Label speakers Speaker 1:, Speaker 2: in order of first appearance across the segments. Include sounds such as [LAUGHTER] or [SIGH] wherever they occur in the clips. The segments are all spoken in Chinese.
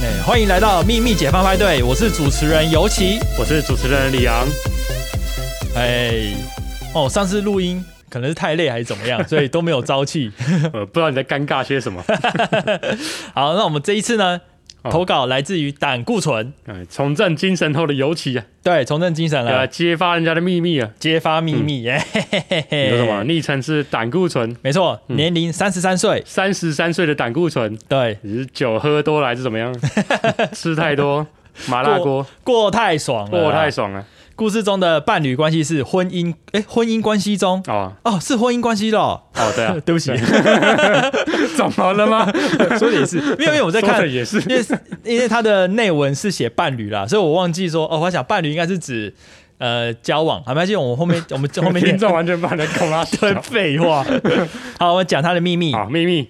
Speaker 1: 哎欢迎来到秘密解放派对，我是主持人尤其。
Speaker 2: 我是主持人李昂，
Speaker 1: 哎，哦，上次录音可能是太累还是怎么
Speaker 2: [LAUGHS]
Speaker 1: 样，所以都没有朝气。
Speaker 2: 呃，不知道你在尴尬些什么。 [LAUGHS]
Speaker 1: 好，那我们这一次呢，
Speaker 2: 哦
Speaker 1: 投稿来自于胆固醇，
Speaker 2: 呃重振精神后的尤其啊，
Speaker 1: 对，重振精神
Speaker 2: 要来
Speaker 1: 了，
Speaker 2: 揭发人家的秘密啊。
Speaker 1: 揭发秘密。哎嘿嘿嘿
Speaker 2: 有什么？？嗯昵称是胆固醇，
Speaker 1: 没错，年龄三十三岁，
Speaker 2: 三十三岁的胆固醇，
Speaker 1: 对，
Speaker 2: 你是酒喝多了还是怎么样？吃太多，麻辣锅
Speaker 1: 过太爽了啦，
Speaker 2: 过太爽了
Speaker 1: 故事中的伴侣关系是婚姻，哎，婚姻关系中，
Speaker 2: 哦
Speaker 1: 哦，是婚姻关系的哦，
Speaker 2: 哦，对啊，
Speaker 1: [LAUGHS] 对不起，
Speaker 2: 怎么了 [LAUGHS] 吗？
Speaker 1: 说的也 [LAUGHS] 是，因为因为我在
Speaker 2: 说
Speaker 1: 看
Speaker 2: 的，也是
Speaker 1: [LAUGHS] 因为因为它的内文是写伴侣啦，所以我忘记说，哦，我还想伴侣应该是指呃交往，好，没关系，我们后
Speaker 2: [LAUGHS]
Speaker 1: 面我们后面
Speaker 2: 听
Speaker 1: 念
Speaker 2: 众完全把人搞拉
Speaker 1: [LAUGHS] 对废话。好，我讲他的秘密，
Speaker 2: 好秘密，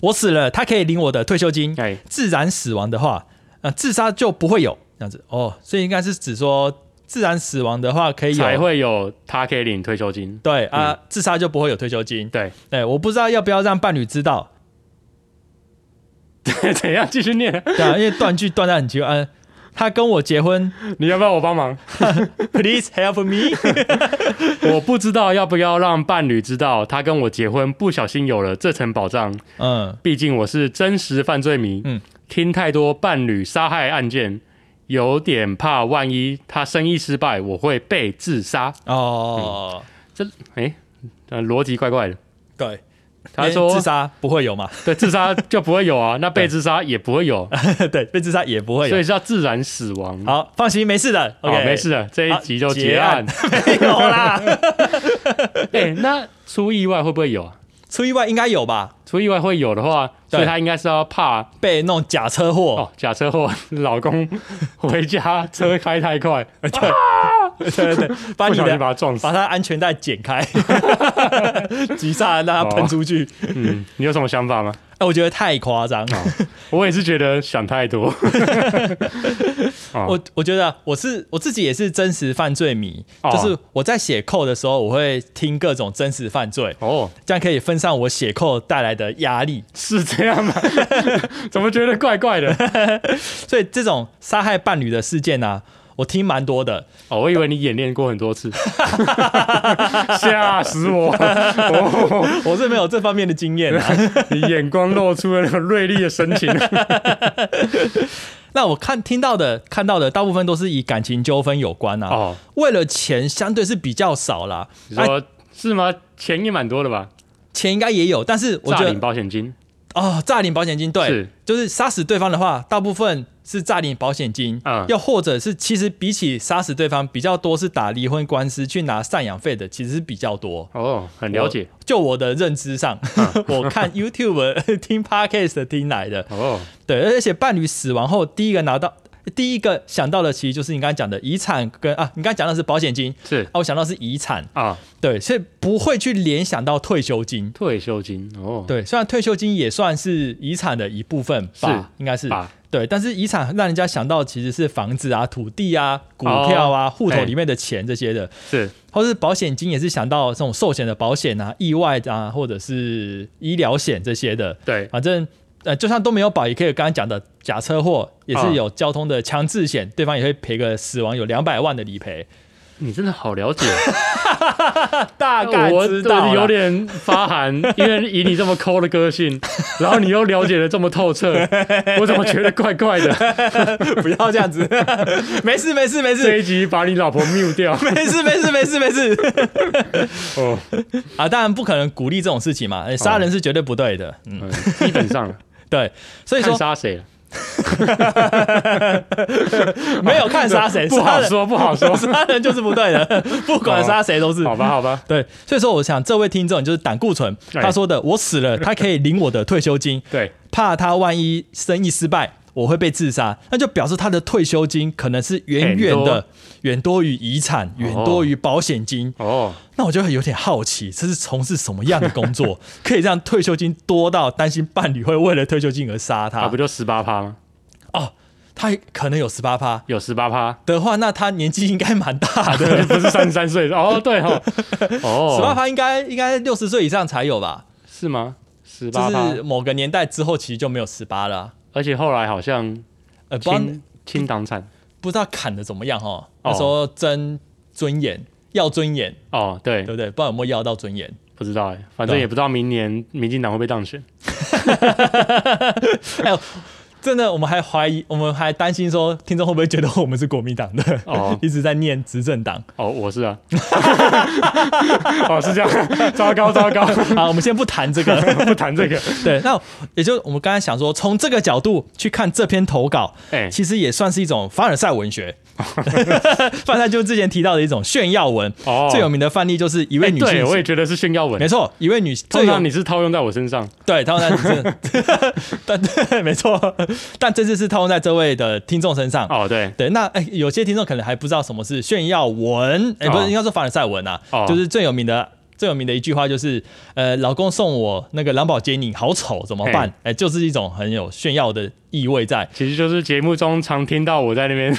Speaker 1: 我死了，他可以领我的退休金，
Speaker 2: 哎，
Speaker 1: 自然死亡的话，呃，自杀就不会有这样子哦，所以应该是指说自然死亡的话可以有
Speaker 2: 才会嗯有他可以领退休金。
Speaker 1: 对啊、自杀就不会有退休金。
Speaker 2: 对， [LAUGHS]
Speaker 1: 对，我不知道要不要让伴侣知道，
Speaker 2: 怎样继续念？
Speaker 1: 对
Speaker 2: [LAUGHS]
Speaker 1: 啊，因为断句断的很奇怪。嗯，他跟我结婚
Speaker 2: 你要不要我帮忙？
Speaker 1: ，Please help
Speaker 2: [LAUGHS]
Speaker 1: me 。
Speaker 2: 我不知道要不要让伴侣知道他跟我结婚不小心有了这层保障，
Speaker 1: 嗯，
Speaker 2: 毕竟我是真实犯罪迷。
Speaker 1: 嗯
Speaker 2: 听太多伴侣杀害案件，有点怕万一他生意失败，我会被自杀。嗯
Speaker 1: 哦，
Speaker 2: 诶，呃，逻辑怪怪的。
Speaker 1: 对，
Speaker 2: 他
Speaker 1: 因为
Speaker 2: 说
Speaker 1: 自杀不会有嘛？
Speaker 2: [LAUGHS]
Speaker 1: [LAUGHS]
Speaker 2: 对自杀就不会有啊，那被自杀也不会有，
Speaker 1: 对，被自杀也不会
Speaker 2: 所
Speaker 1: 有
Speaker 2: 以。叫自然死亡。
Speaker 1: 好，放心，没事的。
Speaker 2: 好
Speaker 1: OK，
Speaker 2: 没事，的，这一
Speaker 1: 好
Speaker 2: 集就
Speaker 1: 结
Speaker 2: 结案。
Speaker 1: 没有啦。 [LAUGHS]
Speaker 2: [LAUGHS] 哎、那出意外会不会有啊？
Speaker 1: 出意外应该有吧？
Speaker 2: 出意外会有的话，所以
Speaker 1: 对
Speaker 2: 他应该是要怕
Speaker 1: 被弄假车祸，
Speaker 2: 哦，假车祸，老公回家车开太快，
Speaker 1: 对对对，把
Speaker 2: 不
Speaker 1: 你
Speaker 2: 小心
Speaker 1: 的
Speaker 2: 把他撞死
Speaker 1: 把。他安全带剪
Speaker 2: [LAUGHS]
Speaker 1: 开，急刹让他喷出去。
Speaker 2: 嗯，你有什么想法吗？
Speaker 1: 哎，我觉得太夸张。
Speaker 2: 我也是觉得想
Speaker 1: [LAUGHS]
Speaker 2: 太多。哦
Speaker 1: 我我觉得啊我是我自己也是真实犯罪迷，
Speaker 2: 哦
Speaker 1: 就是我在写扣的时候，我会听各种真实犯罪，
Speaker 2: 哦，
Speaker 1: 这样可以分散我写扣带来的压力。
Speaker 2: 是这样吗？ [LAUGHS] 怎么觉得怪怪的？
Speaker 1: 所以这种杀害伴侣的事件呢、啊，我听蛮多的。
Speaker 2: 哦，我以为你演练过很
Speaker 1: [LAUGHS]
Speaker 2: 多次，吓死我！哦，
Speaker 1: 我是没有这方面的经验啊。
Speaker 2: [LAUGHS] 你眼光露出了那种锐利的神
Speaker 1: [LAUGHS]
Speaker 2: 情。
Speaker 1: 那我看听到的、看到的，大部分都是以感情纠纷有关啊。
Speaker 2: 哦，
Speaker 1: 为了钱，相对是比较少啦。
Speaker 2: 你说是吗？钱也蛮多的吧？
Speaker 1: 钱应该也有，但是我
Speaker 2: 诈
Speaker 1: 觉
Speaker 2: 领
Speaker 1: 得
Speaker 2: 保险金
Speaker 1: 哦，诈领保险金，对，
Speaker 2: 是
Speaker 1: 就是杀死对方的话，大部分是诈领保险金，
Speaker 2: 嗯
Speaker 1: 又或者是其实比起杀死对方，比较多是打离婚官司去拿赡养费的，其实是比较多。
Speaker 2: 哦，很了解嗯
Speaker 1: 我，就我的认知上， [LAUGHS] 我看 YouTube、听 Podcast 听来的，
Speaker 2: 哦。
Speaker 1: 对，而且伴侣死亡后，第一个拿到，第一个想到的其实就是你刚才讲的遗产跟啊，你刚才讲的是保险金
Speaker 2: 是
Speaker 1: 啊，我想到是遗产，
Speaker 2: 啊，
Speaker 1: 对，所以不会去联想到退休金。
Speaker 2: 退休金哦，
Speaker 1: 对，虽然退休金也算是遗产的一部分吧，应该是
Speaker 2: 吧
Speaker 1: 对，但是遗产让人家想到其实是房子啊、土地啊、股票啊、户头里面的钱这些的，
Speaker 2: 是
Speaker 1: 或是保险金也是想到这种寿险的保险啊、意外啊，或者是医疗险这些的。
Speaker 2: 对
Speaker 1: 反正呃，就算都没有保，也可以刚刚讲的假车祸，也是
Speaker 2: 嗯
Speaker 1: 有交通的强制险，对方也会赔个死亡有两百万的理赔，
Speaker 2: 你真的好了解，
Speaker 1: [LAUGHS] 大概
Speaker 2: 我
Speaker 1: 知道
Speaker 2: 我
Speaker 1: 啦
Speaker 2: 有点
Speaker 1: [LAUGHS]
Speaker 2: 发寒，因为以你这么抠的个性，然后你又了解的这么
Speaker 1: [LAUGHS]
Speaker 2: 透彻，我怎么觉得怪怪的？
Speaker 1: 不要这样子， [LAUGHS] 没事没事没
Speaker 2: 这
Speaker 1: 事
Speaker 2: 一集把你老婆 mute
Speaker 1: [LAUGHS]
Speaker 2: 掉
Speaker 1: 没事没事没事没
Speaker 2: [LAUGHS]
Speaker 1: 事
Speaker 2: 哦，
Speaker 1: 啊！当然不可能鼓励这种事情嘛，呃杀人是绝对不对的，嗯，
Speaker 2: 嗯基本 [LAUGHS] 上了
Speaker 1: 对，所以
Speaker 2: 看
Speaker 1: 说
Speaker 2: 杀谁了，
Speaker 1: 没有看杀谁，
Speaker 2: [LAUGHS] 不好
Speaker 1: 杀人，
Speaker 2: 说，不好
Speaker 1: [LAUGHS]
Speaker 2: 说
Speaker 1: 杀人就是不对的， [LAUGHS] 不管杀谁都是
Speaker 2: 哦好吧，好吧，
Speaker 1: 对，所以说我想这位听众就是胆固醇，
Speaker 2: 哎
Speaker 1: 他说的我死了，他可以领我的退休金，
Speaker 2: 对，
Speaker 1: 怕他万一生意失败，我会被自杀，那就表示他的退休金可能是远远
Speaker 2: 很
Speaker 1: 的
Speaker 2: 多
Speaker 1: 远多于遗产，远多于保险金。
Speaker 2: 哦，
Speaker 1: 那我就很有点好奇，这是从事什么样的工
Speaker 2: [LAUGHS]
Speaker 1: 作，可以让退休金多到担心伴侣会为了退休金而杀他？
Speaker 2: 啊，不就十八趴吗？
Speaker 1: 哦，他可能有十八趴
Speaker 2: 有十八趴，
Speaker 1: 的话，那他年纪应该蛮大的，
Speaker 2: [LAUGHS] 对，不是三十三岁哦，对
Speaker 1: [LAUGHS]
Speaker 2: 哦，
Speaker 1: 十八
Speaker 2: 哦，
Speaker 1: 趴应该应该六十岁以上才有吧？
Speaker 2: 是吗？十
Speaker 1: 就
Speaker 2: 八趴
Speaker 1: 是，某个年代之后，其实就没有十八了啊、
Speaker 2: 而且后来好像
Speaker 1: 呃，不知道
Speaker 2: 清清党产
Speaker 1: 不知道砍的怎么样哈。那时候争尊严，要尊严，
Speaker 2: 哦，
Speaker 1: 对，
Speaker 2: 对
Speaker 1: 不对？不知道有没有要到尊严。 [LAUGHS]
Speaker 2: 不知道哎，反正
Speaker 1: 对啊
Speaker 2: 也不知道明年民进党会不会当选。
Speaker 1: 还有，哎真的，我们还怀疑，我们还担心说，听众会不会觉得我们是国民党的，[LAUGHS]
Speaker 2: 哦
Speaker 1: 一直在念执政党。
Speaker 2: 哦，我是啊， [LAUGHS] 哦是这样，糟糕糟糕， [LAUGHS]
Speaker 1: 好，我们先不谈这个。
Speaker 2: 不谈这个。
Speaker 1: 对，那也就我们刚才想说，从这个角度去看这篇投稿，
Speaker 2: [LAUGHS] 哎，
Speaker 1: 其实也算是一种凡尔赛文
Speaker 2: [LAUGHS]
Speaker 1: 学。 [LAUGHS] 凡尔赛就是之前提到的一种炫耀文，
Speaker 2: 哦，
Speaker 1: 最有名的范例就是一位
Speaker 2: 哎
Speaker 1: 女
Speaker 2: 对，
Speaker 1: 性。
Speaker 2: 我也觉得是炫耀文
Speaker 1: 没。错，一位女
Speaker 2: 通
Speaker 1: 最有
Speaker 2: 常你是套用在我身上，
Speaker 1: 对套用在这， [LAUGHS] 但对没错，但这次是套用在这位的听众身上。
Speaker 2: 哦，对，
Speaker 1: 对，那哎、有些听众可能还不知道什么是炫耀文，哎、不
Speaker 2: 哦
Speaker 1: 是，应该说凡尔赛文啊，
Speaker 2: 哦
Speaker 1: 就是最有名的。最有名的一句话就是，呃，老公送我那个兰博基尼，好丑，怎么办
Speaker 2: 嘿？
Speaker 1: 哎、就是一种很有炫耀的意味在。
Speaker 2: 其实就是节目中常听到我在那 [LAUGHS] 边，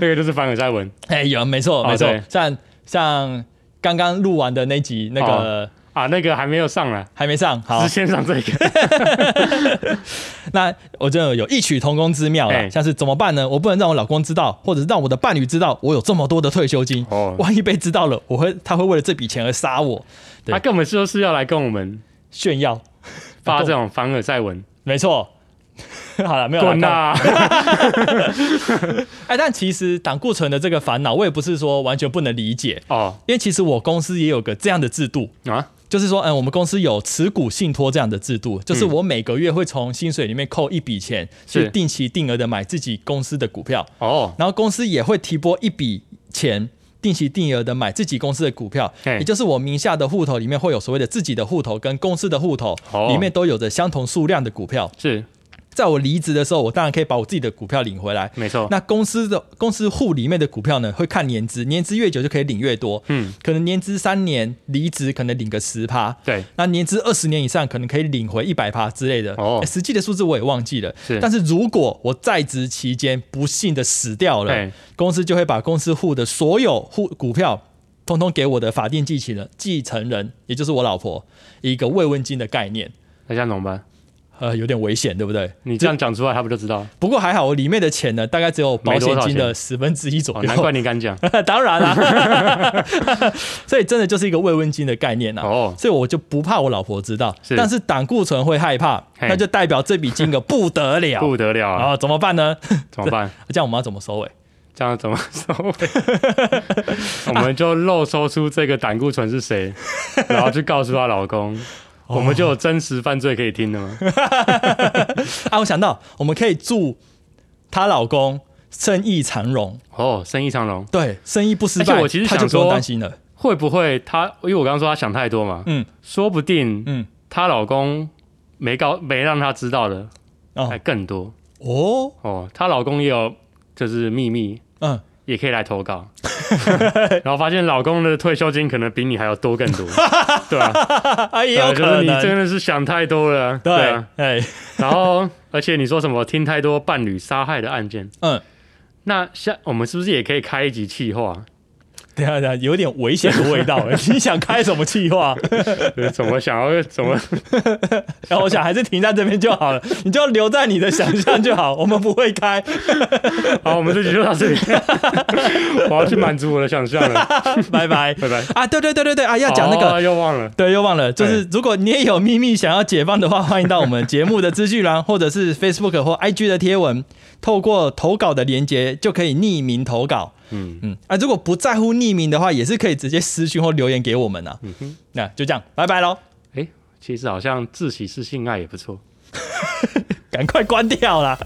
Speaker 2: 那个就是凡尔赛文。
Speaker 1: 哎、有，没错，
Speaker 2: 哦
Speaker 1: 没错
Speaker 2: 对，
Speaker 1: 像像刚刚录完的那集，那个、
Speaker 2: 啊，那个还没有上啦，
Speaker 1: 还没上。好
Speaker 2: 是，先上这个。
Speaker 1: 那我真的有异曲同工之妙了，
Speaker 2: 哎
Speaker 1: 像是怎么办呢？我不能让我老公知道，或者是让我的伴侣知道我有这么多的退休金。
Speaker 2: [LAUGHS] 哦
Speaker 1: 万一被知道了，我会他会为了这笔钱而杀我，对
Speaker 2: 他根本就是要来跟我们
Speaker 1: 炫耀。
Speaker 2: 发这种凡尔赛文，
Speaker 1: 没错。 [LAUGHS] 好了，没有啦
Speaker 2: 滚！啊呐！
Speaker 1: 哎，但其实胆固醇的这个烦恼，我也不是说完全不能理解，
Speaker 2: 哦
Speaker 1: 因为其实我公司也有个这样的制度，
Speaker 2: 啊，
Speaker 1: 就是说，嗯，我们公司有持股信托这样的制度，就是我每个月会从薪水里面扣一笔钱，
Speaker 2: 嗯是
Speaker 1: 去定期定额的买自己公司的股票，
Speaker 2: 哦，
Speaker 1: 然后公司也会提拨一笔钱。定期定额的买自己公司的股票，
Speaker 2: 嘿
Speaker 1: 也就是我名下的户头里面会有所谓的自己的户头跟公司的户头，
Speaker 2: 哦
Speaker 1: 里面都有着相同数量的股票。
Speaker 2: 是
Speaker 1: 在我离职的时候，我当然可以把我自己的股票领回来。
Speaker 2: 没错。
Speaker 1: 那公司的公司户里面的股票呢，会看年资，年资越久就可以领越多。
Speaker 2: 嗯，
Speaker 1: 可能年资三年，离职可能领个十趴。
Speaker 2: 对，
Speaker 1: 那年资二十年以上，可能可以领回一百趴之类的。
Speaker 2: 哦
Speaker 1: 诶实际的数字我也忘记了。
Speaker 2: 是
Speaker 1: 但是如果我在职期间不幸的死掉了，
Speaker 2: 哎
Speaker 1: 公司就会把公司户的所有户股票，通通给我的法定继承人，继承人也就是我老婆，一个慰问金的概念。
Speaker 2: 那这样怎么办？
Speaker 1: 呃，有点危险，对不对？
Speaker 2: 你这样讲出来，他不就知道？了？
Speaker 1: 不过还好，我里面的钱呢，大概只有保险金的十分之一左
Speaker 2: 哦，
Speaker 1: 右。
Speaker 2: 难怪你
Speaker 1: [LAUGHS]
Speaker 2: 敢讲。
Speaker 1: 当然啦、
Speaker 2: [LAUGHS]
Speaker 1: 所以真的就是一个慰问金的概念啊。
Speaker 2: 哦，
Speaker 1: 所以我就不怕我老婆知道，
Speaker 2: 是
Speaker 1: 但是胆固醇会害怕，
Speaker 2: 嘿
Speaker 1: 那就代表这笔金额不得了。
Speaker 2: [LAUGHS] 不得了
Speaker 1: 然
Speaker 2: 啊！
Speaker 1: 后怎么办呢？
Speaker 2: 怎么办？
Speaker 1: 这样我们要怎么收尾？
Speaker 2: 这样怎么收尾？ [LAUGHS] 我们就漏搜出这个胆固醇
Speaker 1: [LAUGHS]
Speaker 2: 是谁，然后去告诉她老公，
Speaker 1: 哦
Speaker 2: 我们就有真实犯罪可以听了吗？
Speaker 1: 啊，我想到我们可以祝她老公生意长荣，
Speaker 2: 哦，生意长龙
Speaker 1: 对，生意不失败，
Speaker 2: 而且我其实
Speaker 1: 她就
Speaker 2: 想
Speaker 1: 不用
Speaker 2: 说
Speaker 1: 担心了。
Speaker 2: 会不会她？因为我刚刚说她想太多嘛，
Speaker 1: 嗯
Speaker 2: 说不定
Speaker 1: 嗯，
Speaker 2: 她老公没告没让她知道的还
Speaker 1: 哦
Speaker 2: 更多
Speaker 1: 哦，
Speaker 2: 哦。她老公也有就是秘密，
Speaker 1: 嗯，
Speaker 2: 也可以来投稿， [LAUGHS] 然后发现老公的退休金可能比你还要多更
Speaker 1: [LAUGHS]
Speaker 2: 多，对啊，
Speaker 1: 啊，也
Speaker 2: 对啊
Speaker 1: 有
Speaker 2: 就
Speaker 1: 可
Speaker 2: 是你真
Speaker 1: 能，
Speaker 2: 的是想太多了啊，
Speaker 1: 对，
Speaker 2: 啊。
Speaker 1: 哎，
Speaker 2: 然后，而且你说什么听太多伴侣杀害的案件，
Speaker 1: 嗯，
Speaker 2: 那下我们是不是也可以开一集企划？
Speaker 1: 等一下等一下，有点危险的味
Speaker 2: [LAUGHS]
Speaker 1: 道。你想开什么计划？
Speaker 2: 就是怎么想要怎么 [LAUGHS]
Speaker 1: 然后我想还是停在这边就好了，你就留在你的想象就好。我们不会开， [LAUGHS]
Speaker 2: 好，我们这集就到这里， [LAUGHS] 我要去满足我的想象了，
Speaker 1: 拜拜
Speaker 2: 拜拜。
Speaker 1: 啊！对对对对对啊，要讲那个。
Speaker 2: 哦又忘了，
Speaker 1: 对，又忘了，就是如果你也有秘密想要解放的话，欢迎到我们节目的资讯栏，或者是 Facebook 或 IG 的贴文，透过投稿的连接就可以匿名投稿。
Speaker 2: 嗯
Speaker 1: 嗯啊，如果不在乎匿名的话，也是可以直接私讯或留言给我们啊。
Speaker 2: 嗯哼，
Speaker 1: 那就这样，拜拜喽，
Speaker 2: 哎，其实好像自喜是性爱也不错。
Speaker 1: 赶快关掉啦。